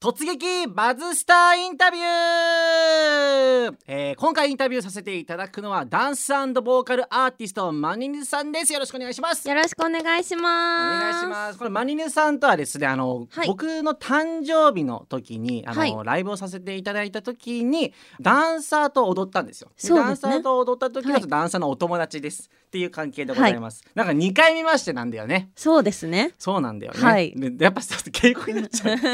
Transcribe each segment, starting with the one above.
突撃バズスターインタビュー、えー今回インタビューさせていただくのはダンスボーカルアーティストマニヌさんですよろしくお願いしますよろしくお願いしおま願いす。しますこれマニヌさんとはですねあの、はい僕の誕生日の時にあの、はいライブをさせていただいた時にダンサーと踊ったんですよでそうダでンすサねーと踊った時だはといダンサーのお友達ですっていう関係でございます、なんか2回見ましてなんだよねそうですね。そうなんだよね、はいでやっぱさ敬語になっ ちゃう敬語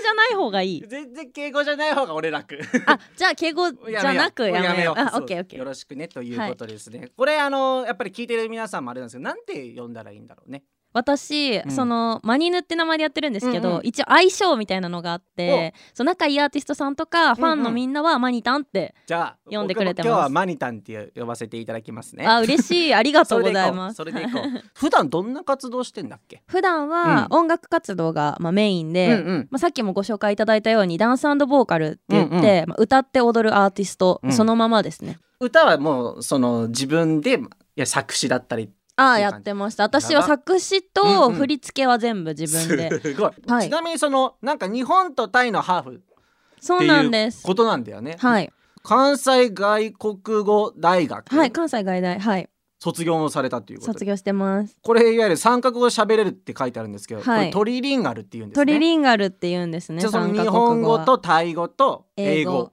じゃない方 がいい。全然敬語じゃない方が俺楽あ、じゃあ敬語じゃなくやめよよう。あ、そオうッケーオッケよー。ろしくねということですね、これあのやっぱり聞いてる皆さんもあれなんですけどなんて呼んだらいいんだろうね私、うんそのマニヌって名前でやってるんですけど、うんうん一応相性みたいなのがあって、そう仲いいアーティストさんとかファンのみんなはマニタンって、じゃあ呼んでくれてま僕すも今日はマニタンって呼ばせていただきますねあ、嬉しい。ありがとそうれごでざいいこまうすそ。れでいこう普段どんな活動してんだっけ 普段はう音楽活動が、まあ、メインで、うんうんまあ、さっきもご紹介いただいたようにダンスボーカルって言って、うんうまあ、歌って踊るアーティスト、うんそのままですね。歌はもうその自分でいや作詞だったりああいいや感じってました私はやば作詞うんうとん振り付けは全部自分で、すごい、はいちなみにそのなんか日本とタイのハーフっそうてなんでいうすことなんだよねはい関西外国語大学、はい関西外大はい卒業もされたということで卒業してますこれいわゆる三角語喋れるって書いてあるんですけど、はいこれトリリンガルって言うんですトね。リリンガルって言うんですねじゃあその三日カ本国語はとタイ語と英 語。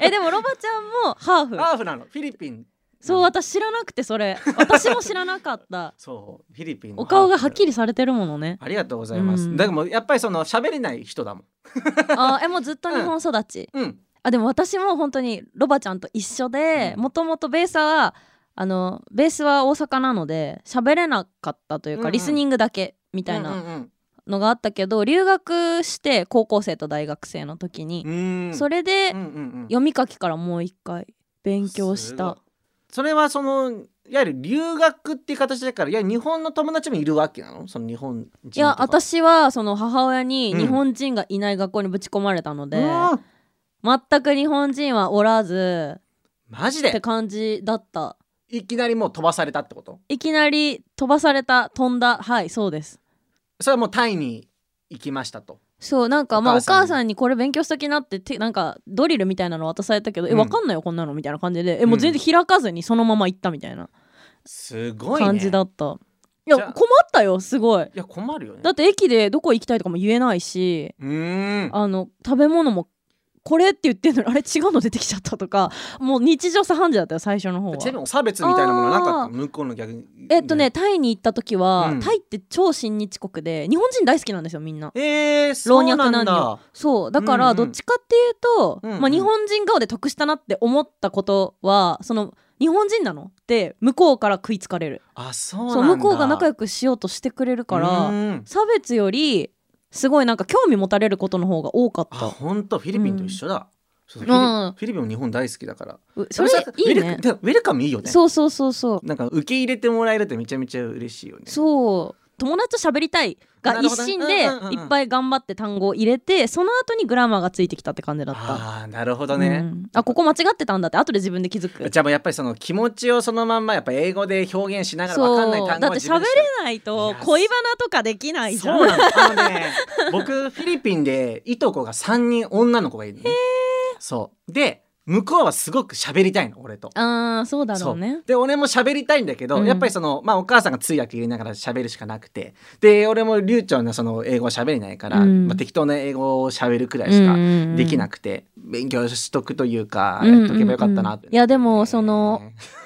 えでもロバちゃんもハーフハーフなの。フィリピン。そう私知らなくてそれ私も知らな かったそうフィリピンのお顔がはっきり。りされてるものねありがとうございます。うんだからもうやっぱりその喋れない人だもん。あえもうずっと日本育ち、うん。あでも私も本当にロバちゃんと一緒でうんもともとベースはあのベースは大阪なので喋れなかったというか、うんうんリスニングだけみたいうんなうんのがあったけど、留学して高校生と大学生の時にう、ん。それれでうんうんうん。読み書きからもう一回勉強しすごいた。それはそのいわゆる留学っていう形だからいや日本の友達もいるわけなの？その日本人とか。いや私はその母親にうん日本人がいない学校にぶち込まれたので、うん全く日本人はおらずマジってで感じだったいきなりもう飛ばされたってこと？いきなり飛ばされた飛んだはいそうですそれはもうタイに行きましたと。そうなんかまあおお母さんに母さんにこれ勉強しときなっててなんかドリルみたいなの渡されたけど、うえんわかんないよこんなのみたいな感じでえもう全然開かずにそのまま行ったみたいなすごいね。感じだった、いじゃやあ困ったよすごいいや困るよね。だって駅でどこ行きたいとかも言えないしうーん。あの食べ物もこれって言ってんのにあれ違うの出てきちゃったとかもう日常茶飯事だったよ最初の方ちなみは。に差別みたいなものなかったあー向こうの逆に。えっとね、。タイに行った時は、うんタイって超親日国で日本人大好きなんですよみんなえー、そ老うな若ん男だ女。そうだかうんうらんどっちかっていうと、うんうんまあ、日本人顔で得したなって思ったことはその日本人なのって向こうから食いつかれるあ、そうそなうんだ。向こうがく仲良くしようとしてくれるからら。差別よりすごいなんか興味持たれることの方が多かっあ、た本当フィリピンと一緒だ。そうそううんフィリフィリピンも日本大好きだから。うそれでもさいいウェねルでもウェルカムいいよね。そうそうそうそうなんか受け入れてもらえるってめちゃめちゃ嬉しいよね。そう友達と喋りたいが一心でなるほどねうんうんうんうんいっぱい頑張って単語を入れてその後にグラマーがついてきたって感じだったああ、なるほどうね。んあここ間違ってたんだって後で自分で気づくじゃあもうやっぱりその気持ちをそのまんまやっぱ英語で表現しながらわかんない単語そうだって自分喋でれ調べないいとや恋バナとかできないじゃんそうなの。あのね、 僕フィリピンでいとこが3人女の子がいるのね。そう。で、向こうはすごく喋りたいの、俺と。あーそうだろうねで俺も喋りたいんだけど、うんやっぱりその、まあ、お母さんが通訳入れながら喋るしかなくてで俺も流暢なその英語喋れないから、うんまあ、適当な英語を喋るくらいしかできなくくて、勉強しとくというか、うんうんうんやっとけばよかったなって、いやでもその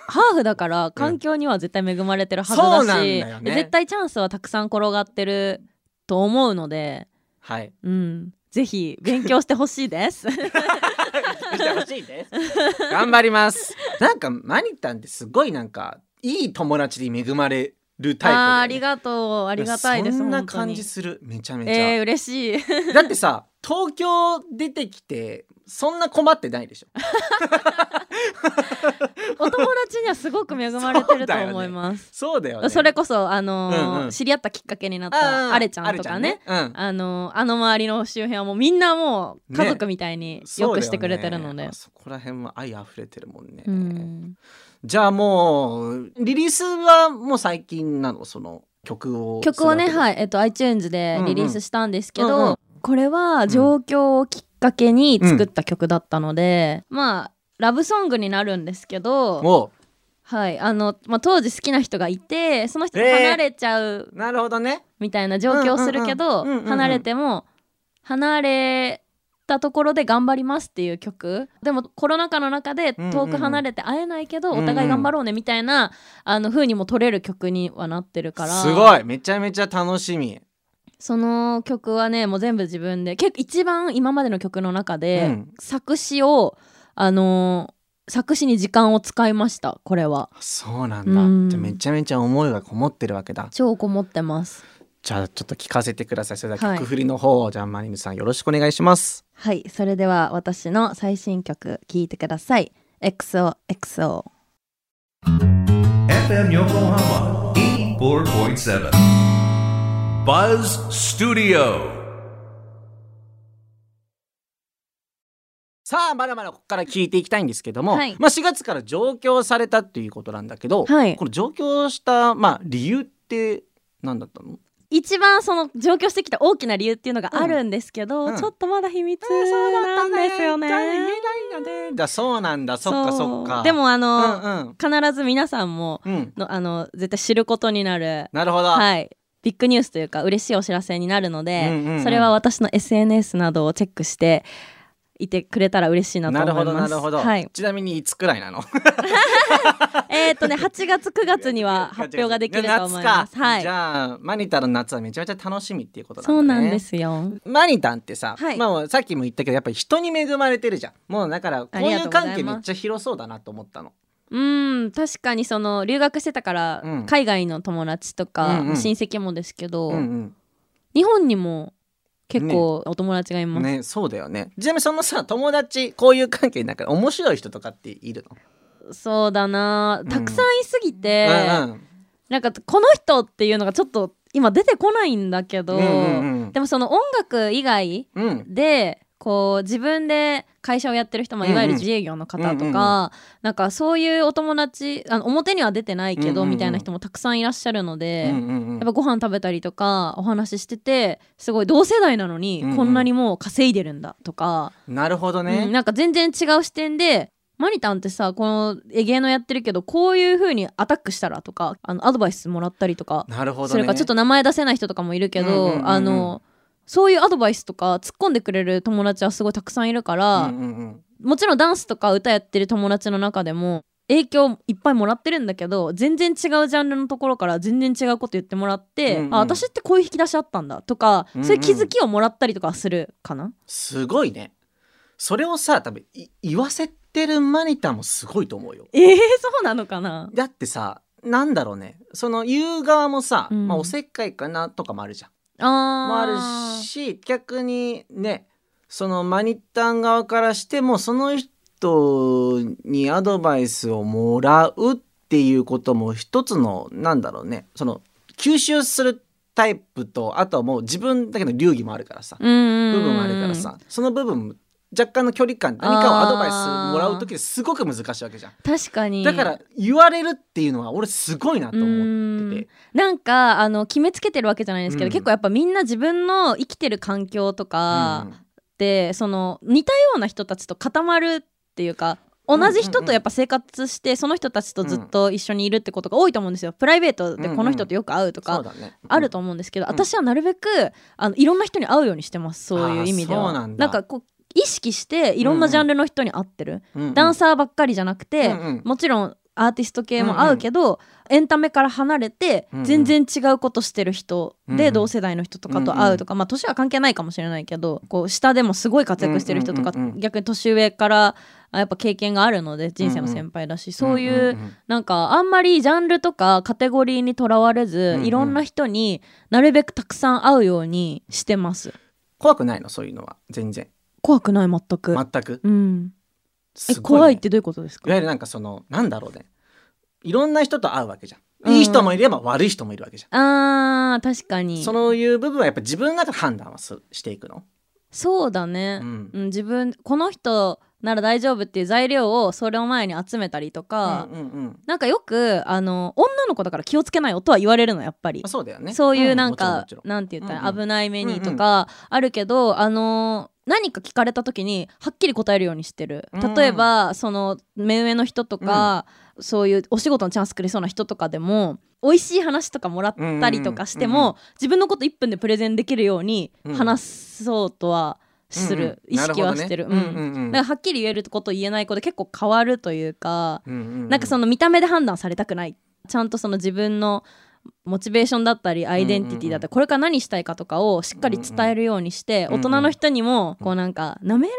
ハーフだから環境には絶対恵まれてるはずそうだなんし、だよね絶対チャンスはたくさん転がってると思うのではいうんぜひ勉強してほしいです してほしい です頑張りますなんかマニタンってすごいなんかいい友達に恵まれるタイプだよね、あーありがとうありがたいですそんな本当感にじするめちゃめちゃ、えー、嬉しい だってさ東京出てきてそんな困ってないでしょお友達にはすごく恵まれてると思いますそうだよ そ,、ねれこそあのーうんうん知り合ったきっかけになっあたーアレちゃんとかねアレちゃんあのあの周りの周辺はもうみんなもう家族みたいにうんそうよだよくねしてくれてるので、あそこら辺も愛あふれてるもんね、うんじゃあもうリリースはもう最近なのその曲を曲をね、いはい、えっと、iTunes でリリースしたんですけど、うんうんこれは状況をきっかけに作った曲だったので、まあラブソングになるんですけど、おうはいあのまあ、当時好きな人がいてその人とえー離れちゃうなるほどねみたいな状況をするけど、うんうんうんうんうんうん離れても離れたところで頑張りますっていう曲でもコロナ禍の中でうんうん遠く離れて会えないけど、うんうんお互い頑張ろうねみたいな、あの風にも取れる曲にはなってるからすごいめちゃめちゃ楽しみ、その曲はねもう全部自分で結構一番今までの曲の中で、うん作詞をあのー作詞に時間を使いましたこれはそうなんだ、うんじゃあめちゃめちゃ思いがこもってるわけだ超こもってますじゃあちょっと聞かせてくださいそれでははい曲振りの方を、じゃあマリヌさんよろしくお願いしますはいそれでは私の最新曲聴いてください XOXO FM Yokohama 84.7. Buzz Studio. さあまだまだここから聞いていきたいんですけども、はいまあ、4月から上京されたっていうことなんだけど、はいこの上京した、まあ、理由って何だったの一番その上京してきた大きな理由っていうのがあるんですけど、うんうんちょっとまだ秘密あーそうだっなたんねですよね,、じゃあ言えないよねだそうなんだそっかそそうっかでもあうの、ん必ず皆さんもうんうんのあの絶対知ることになるなるほど、はい、ビッグニュースというか嬉しいお知らせになるので、うんうんうんそれは私の SNS などをチェックしていてくれたら嬉しいなとな思るいまほす。どなるほど、はい、ちなみにいつくらいなのえー っ、とね8月9月には発表ができると思いま夏す。かはいじ、ゃあマニタの夏はめちゃめちゃ楽しみっていうことなんだそねうなんですよ。マニタンってさ、はいまあ、さっきも言ったけどやっぱり人に恵まれてるじゃんもうだからこうありいがとううござい関ます係めっちゃ広そうだなと思ったのうん確かにその留学してたから、うん海外の友達とか、うんうん親戚もですけど、うんうん日本にも結構お友達がいます。ねそうだよねちなみにそのさ友達こういう関係の中で面白い人とかっているの、そうだなたくさんいすぎて、うんうんなんかこの人っていうのがちょっと今出てこないんだけど、うんうんうんでもその音楽以外うんでこう自分で会社をやってる人もうんうんいわゆる自営業の方とか、うんうんうんなんかそういうお友達あの表には出てないけど、うんうんうんみたいな人もたくさんいらっしゃるのうで、んうんうんやっぱご飯食べたりとかお話ししててすごい同世代なのにうんうんこんなにもう稼いでるんだとか、なるほどうんね、なんか全然違う視点でマニタンってさこのえ芸能やってるけどこういう風にアタックしたらとかあのアドバイスもらったりとかなるほどそれねからちょっと名前出せない人とかもいるけうんど、うんうんうんあのそういうアドバイスとか突っ込んでくれる友達はすごいたくさんいるから、うんうんうんもちろんダンスとか歌やってる友達の中でも影響いっぱいもらってるんだけど全然違うジャンルのところから全然違うこと言ってもらって、うんうんあ私ってこういう引き出しあったんだとか、うんうんそういう気づきをもらったりとかするかな。すごいねそれをさ多分い言わせてるマニタンもすごいと思うよえー、そうなのかなだってさなんだろうねその言う側もさ、うんまあ、おせっかいかなとかもあるじゃんあーもあるし逆にねそのマニタン側からしてもその人にアドバイスをもらうっていうことも一つのなんだろうねその吸収するタイプとあとはもう自分だけの流儀もあるからさ、うんうんうん部分もあるからさその部分若干の距離感何かをアドバイスもらう時ですごく難しいわけじゃん。確かにだから言われるっていうのは俺すごいなと思ってて。なんかあの決めつけてるわけじゃないですけど、うん結構やっぱみんな自分の生きてる環境とかで、その似たような人たちと固まるっていうか同じ人とやっぱ生活して、その人たちとずっと一緒にいるってことが多いと思うんですよプライベートでこの人とよく会うとそうかだねあると思うんですけど、うん私はなるべくあのいろんな人に会うようにしてますそういう意味であーそはうなんだかこう意識していろんなジャンルの人に会ってる、ダンスサーばっかりじゃなくて、うんうんもちろんアーティスト系も合うけど、エンタメから離れてうんうん全然違うことしてる人うんうでん同世代の人とかと会うとか、まあ年は関係ないかもしれないけどこう下でもすごい活躍してる人とか、うんうんうん逆に年上からあやっぱ経験があるので人生の先輩だし、そういう,、なんかあんまりジャンルとかカテゴリーにとらわれず、うんうんいろんな人になるべくたくさん会うようにしてます怖くないのそういうのは全然怖くない全く、全くうんえすごね怖いってどういうことですいかわゆるなんかそのなんだろうねいろんな人と会うわけじゃんいい人もいれば悪い人もいるわけじゃあー確かんにそそういう部分はやっぱ自分の中で判断はすしていくのうだねう、んうん自分この人なら大丈夫っていう材料をそれを前に集めたりとか、うんうんうんなんかよくあの女の子だから気をつけないよとは言われるのやっぱりまあ、そうだよねそういううんなんもか、ちろんもちろんなんて言ったら、うんうん危ない目にとかあるけど、あのー何か聞かれた時にはっきり答えるようにしてるうん例えば、その目上の人とか、そういうお仕事のチャンスくれそうな人とかでも美味しい話とかもらったりとかしても、うんうんうん自分のこと1分でプレゼンできるようにうん話そうとはする、うんうん意識はしてるなほうどんねうんうんうんだからはっきり言えること言えない子で結構変わるというか、うんうんうんなんかその見た目で判断されたくないちゃんとその自分のモチベーションだったりアイデンティティだったり、これから何したいかとかをしっかり伝えるようにして、うんうん大人の人にもこうなんか舐めら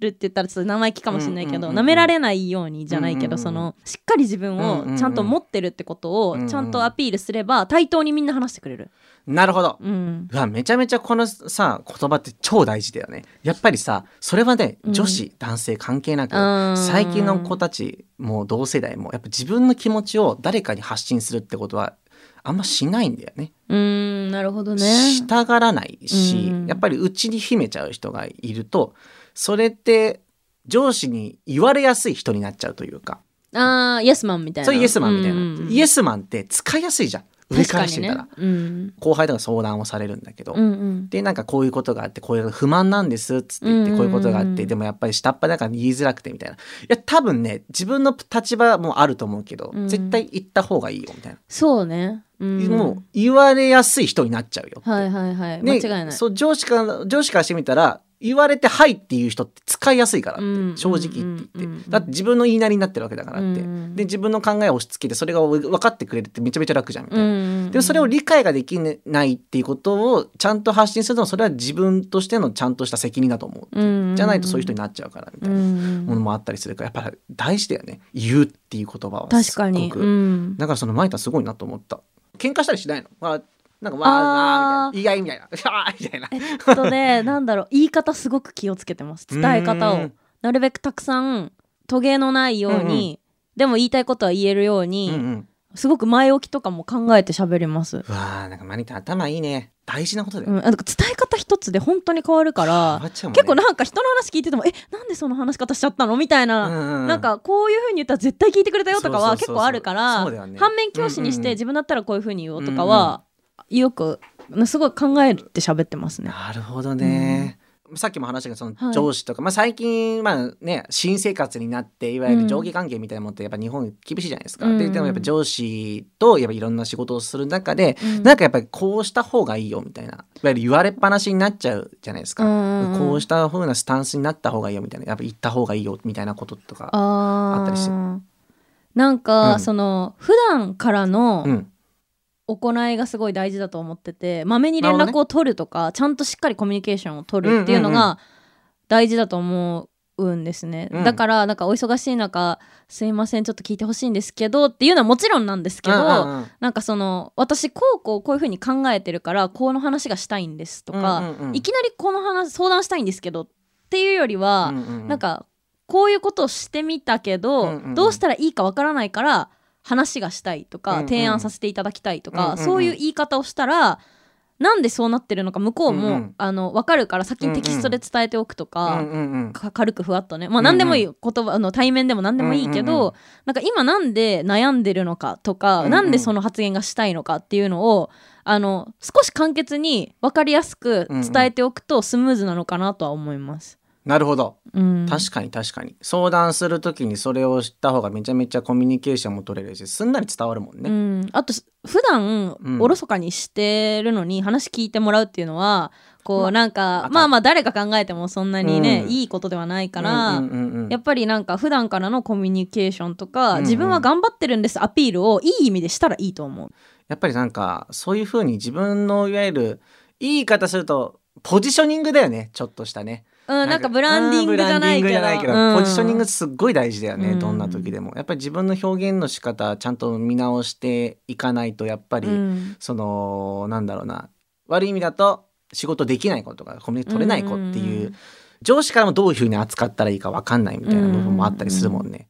れるって言ったらちょっと生意気かもしれないけど、うんうんうんうん舐められないようにじゃないけうど、んうんうんそのしっかり自分うんうんうをんちゃんと持ってるってことうんうをんちゃんとアピールすれば対等にみんな話してくれる。なるほどうんうわめちゃめちゃこのさ言葉って超大事だよねやっぱりさそれはねうん女子、男性関係なくうん最近の子たちも同世代もやっぱ自分の気持ちを誰かに発信するってことはあんましないんだよねうーんなるほどね。したがらないし、うんやっぱり内に秘めちゃう人がいるとそれって上司に言われやすい人になっちゃうというかああイエスマンみたいな。そういうイエスマンみたいな、うんうんイエスマンって使いやすいじゃん上からしてみたら、確かにね後輩とか相談をされるんだけど、うんうんうんでなんかこういうことがあってこういう不満なんですっつって言ってうんこうんういううんことがあって、でもやっぱり下っ端だから言いづらくてみたいないや多分ね自分の立場もあると思うけど、うん絶対言った方がいいよみたいな、そうね。うんもう言われやすい人になっちゃうよって、はいはいはい、で間違いないそう上司から上司からしてみたら言われて「はい」っていう人って使いやすいからって、うん正直言って言って、うんうんだって自分の言いなりになってるわけだからって、うんで自分の考えを押し付けてそれが分かってくれるってめちゃめちゃ楽じゃんみたいな。うんでもそれを理解ができないっていうことをちゃんと発信するのはそれは自分としてのちゃんとした責任だと思う。じゃないとそういう人になっちゃうからみたいうんなうんものもあったりするからやっぱり大事だよね言うっていう言葉は確かに、すごくうんだからそのマイタすごいなと思った喧嘩したりしないのまあなんかまあああーみたいな言い合いみたいな あーみたいなえっと ねなんだろう言い方すごく気をつけてます伝え方うをんなるべくたくさんトゲのないように、でも言いたいことは言えるように、うんうんすごく前置きとかも考えて喋ります、うわあなんかマニタ頭いいね大事なことだうよ、ん、あなんか伝え方一つで本当に変わるから、変わっちゃうもんね結構なんか人の話聞いててもえなんでその話し方しちゃったのみたいな、うんうんなんかこういうふうに言ったら絶対聞いてくれたよとかそはうそう結そうそう構あるから、そうだよね反面教師にうんうしんうてん自分だったらこういうふうに言おうとかは、よくすごい考えて喋ってますね。なるほどね。さっきも話したけどそはいの上司とか、まあ、最近、まあね、新生活になっていわゆる上下関係みたいなものってやっぱ日本厳しいじゃないですか。うんででもやっぱ上司とやっぱいろんな仕事をする中で、うんなんかやっぱりこうした方がいいよみたいないわゆる言われっぱなしになっちゃうじゃないですか。うんうんうんこうした風なスタンスになった方がいいよみたいなやっぱ言った方がいいよみたいなこととか。あーあったりしてなんか、うんその普段からうのん、行いがすごい大事だと思っててまめに連絡を取るとかちゃんとしっかりコミュニケーションを取るっていうのうんうんが大事だと思うんですね、うんだからなんかお忙しい中「すいませんちょっと聞いてほしいんですけど」っていうのはもちろんなんですけど、うんうんうんなんかその私こうこうこういうふうに考えてるからこの話がしたいんですとか、うんうんうんいきなりこの話相談したいんですけどっていうよりは、うんうんうんなんかこういうことをしてみたけど、うんうんうんどうしたらいいかわからないから話がしたいとか、うんうん提案させていただきたいとうんか、うんうんそういう言い方をしたらなんでそうなってるのか向こうも、うんうんあの分かるから先にテキストで伝えておくとか。うんうんうんか軽くふわっとねまあ何でもいいうん言葉あの対面でも何でもいいけど、うんうんうんなんか今なんで悩んでるのかとか、うんうんなんでその発言がしたいのかっていうのをあの少し簡潔に分かりやすく伝えておくとスムーズなのかなとは思います。なるほど。うん、確かに確かに相談するときにそれを知った方がめちゃめちゃコミュニケーションも取れるしすんなり伝わるもんうね。ん、あとす普段うんおろそかにしてるのに話聞いてもらうっていうのはこまうなんかあまあまあ誰が考えてもそんなにね、うんいいことではないから、うんうんうんうんやっぱりなんか普段からのコミュニケーションとか、うんうん自分は頑張ってるんですアピールをいい意味でしたらいいと思う。やっぱりなんかそういうふうに自分のいわゆるいい言い方するとポジショニングだよねちょっとしたね。うん、なんかブランディングじゃなうんブランディンいけどグじゃないけどうんポジショニングすっごい大事だよね、うんどんな時でも。やっぱり自分の表現の仕方ちゃんと見直していかないとやっぱり、うんそのなんだろうな悪い意味だと仕事できない子とかコミュニケーション取れない子っていう、うんうんうん上司からもどういうふうに扱ったらいいか分かんないみたいな部分もあったりするもんね。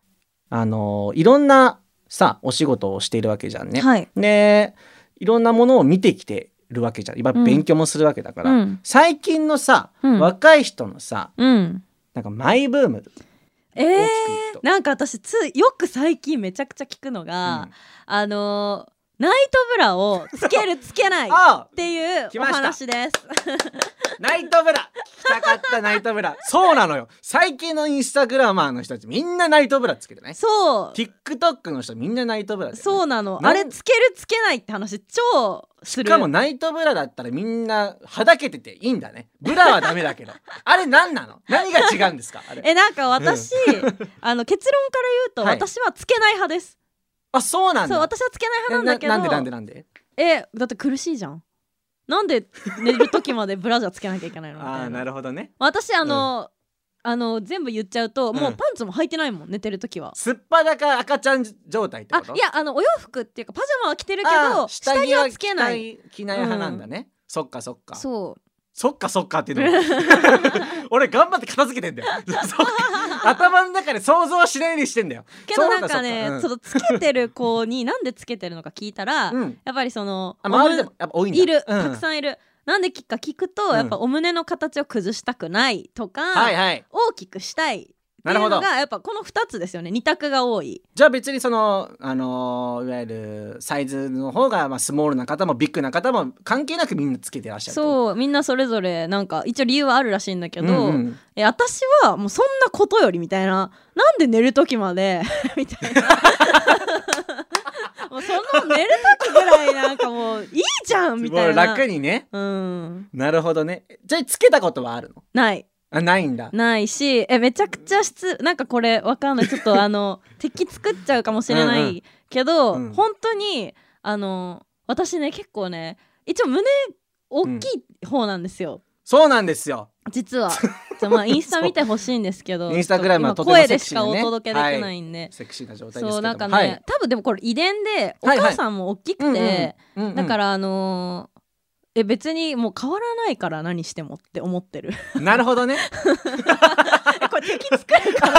あのいろんなさお仕事をしているわけじゃんね。はい、でいろんなものを見てきてるわけじゃん今うん勉強もするわけだから、うん最近のさ、うん若い人のさうん、なんかマイブームえ大えきくいくと。なんか私つよく最近めちゃくちゃ聞くのうがん、あのーナイトブラをつけるつけないっああていう来おました話です。ナイトブラ聞きたかったナイトブラそうなのよ最近のインスタグラマーの人たちみんなナイトブラつけてねそう TikTok の人みんなナイトブラだよねそうなのなんあれつけるつけないって話超すしるかもナイトブラだったらみんなはだけてていいんだねブラはダメだ けどあれ何なの何が違うんですかあれえなんか私、 あの結論から言うと、はい私はつけない派ですあそうなんだそう私はつけないえ派なんだけどなんでなんでなんでえだって苦しいじゃんなんで寝る時までブラジャーつけなきゃいけないのみあたあいななるほどね私あの、あの全部言っちゃうと、もううんパンツも履いてないもん寝てる時はすっぱだか赤ちゃん状態ってあこといやあのお洋服っていうかパジャマは着てるけあどー下着はつけない着着ない派なんだね、そっかそっかそうそっかそっかっていうのも 俺頑張って片付けてんだよそっか頭の中で想像しないようにしてんだよけどなんかねそうかそそうのつけてる子になんでつけてるのか聞いたら、うんやっぱりそのあ周りでもやっぱ多いんだいる、うんたくさんいるなんでか聞くと、うんやっぱお胸の形を崩したくないとか、はいはい大きくしたいってないうるほのどがやっぱこの2つですよね二択が多いじゃあ別にそのあのーいわゆるサイズの方がまあスモールな方もビッグな方も関係なくみんなつけてらっしゃるうそうみんなそれぞれなんか一応理由はあるらしいんだけど、んうんえ私はもうそんなことよりみたいななんで寝る時まで みた いなもうその寝る時ぐらいなんかもういいじゃんみたいなもう楽にねうんなるほどねじゃあつけたことはあるのないあないんだないしえめちゃくちゃ質なんかこれわかんないちょっと あの敵作っちゃうかもしれなうんういけど、うん本当にあの私ね結構ね一応胸大きい方なんですよ、そうなんですよ実はちょまあインスタ見てほしいんですけどそうインスタグラムはちょっとても今声セでクしシーかなねお届けできないんで、セクシーな状態ですけどそうなんかね、はい多分でもこれ遺伝でおはいはい母さんも大きくて、うんうんだからあのーえ別にもう変わらないから何してもって思ってる なるほどねえ これ敵作る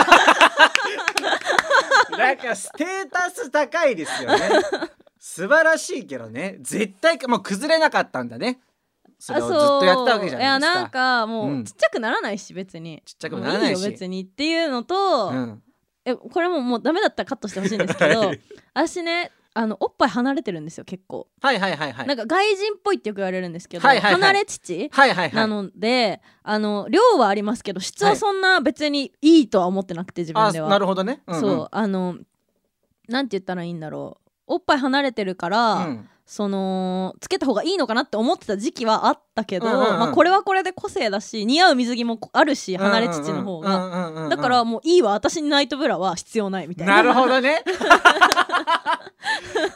なんかステータス高いですよね素晴らしいけどね絶対もう崩れなかったんだねそれをずっとやってたわけじゃないですかあそうやなんかもう、うんちっちゃくならないし別にちっちゃくもならないしもうよ別にっていうのと、うんえこれももうダメだったらカットしてほしいんですけど、はい 私ねあのおっぱい離れてるんですよ結構、はいはいはいはいなんか外人っぽいってよく言われるんですけど、はいはいはい離れ父はいはいはないので、あの量はありますけど質はそんな別にいいとは思ってなくて自分あでは、なるほどね、んんそうあのなんて言ったらいいんだろうおっぱい離れてるから、うんそのつけた方がいいのかなって思ってた時期はあったけど、うんうんうんまあ、これはこれで個性だし似合う水着もあるし離れ父の方が、うんうんうんうんうんだからもういいわ私にナイトブラは必要ないみたいななるほど ね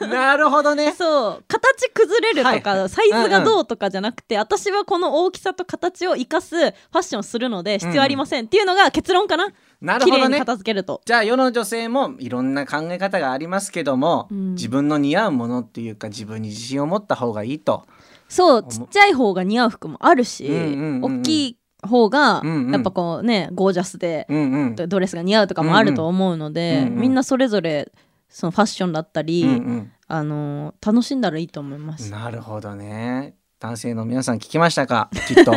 なるほどねそう形崩れるとか、はいはサイズがどうとかじゃなくて、私はこの大きさと形を生かすファッションするので必要ありません、っていうのが結論かななる綺ほ麗どにね片付けるとじゃあ世の女性もいろんな考え方がありますけども、うん自分の似合うものっていうか自分に自信を持った方がいいとそうちっちゃい方が似合う服もあるし、うんうんうんうん大きい方がうんうんやっぱこうねゴージャスでうんうんドレスが似合うとかもあると思うので、うんうんうんうんみんなそれぞれそのファッションだったり、うんあのー楽しんだらいいと思いまうんす。なるほどね男性の皆さん聞きましたかきっ と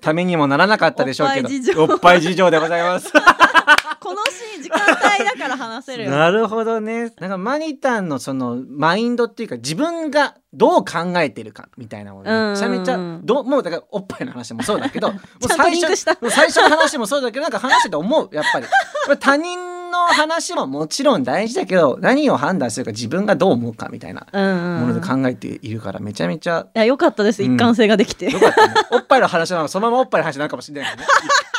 ためにもならなかったでしょうけおっぱい事情どおっぱい事情でございますこのシーン時間帯だから話せるよ。なるほどねなんかマニタンのそのマインドっていうか自分がどう考えてるかみたいなものうんうんうんめちゃめちゃどうもうだからおっぱいの話もそうだけ どもうちゃんとリンクした最初もう最初の話もそうだけどなんか話してて思うやっぱりこれ他人の話ももちろん大事だけど何を判断するか自分がどう思うかみたいなうんもうん、のでい考えているからめちゃめちゃや良かったです、うん一貫性ができてよかったね。おっぱいの話なのそのままおっぱいの話になるかもしれないけどね。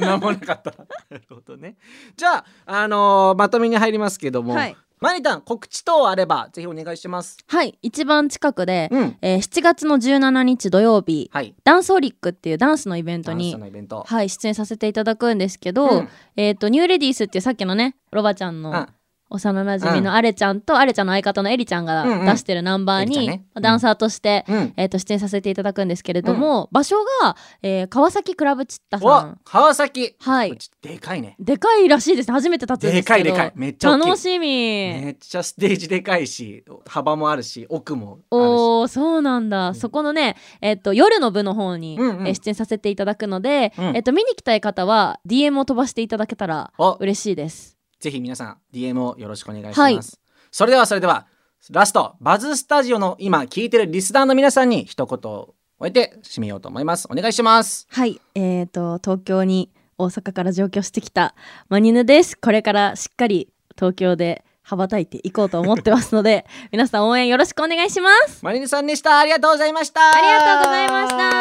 何もなかったら。なるほどね。じゃあ、あのーまとめに入りますけども、はいマニタン告知等あればぜひお願いします。はい一番近くで、うん。えー7月の17日土曜日、はい。ダンスオリックっていうダンスのイベントダンスにのイベント。はい出演させていただくんですけど、うんえっ、とニューレディースっていうさっきのねロバちゃんの幼なじみのアレちゃんと、アレちゃんの相方のエリちゃんうんうんが出してるナンバーエリに、ちゃんねうんダンサーとして、うんえー、と出演させていただくんですけれども、場所が、えー川崎クラブチッタさおん。川崎はい。でかいねでかいらしいですね。初めて立つんでですけど。かいでかいめっちゃ大きい楽しみ。めっちゃステージでかいし幅もあるし奥もあるしおーそうなんだ、んそこのね、えっと夜の部の方に、うんうんえー出演させていただくので、うんえっと見に来たい方は DM を飛ばしていただけたらお嬉しいですぜひ皆さん DM をよろしくお願いします、はいそれではそれではラストバズスタジオの今聞いてるリスナーの皆さんに一言を終えて締めようと思いますお願いしますはいえっ、と東京に大阪から上京してきたマニヌですこれからしっかり東京で羽ばたいていこうと思ってますので皆さん応援よろしくお願いしますマリネさんでしたありがとうございましたありがとうございました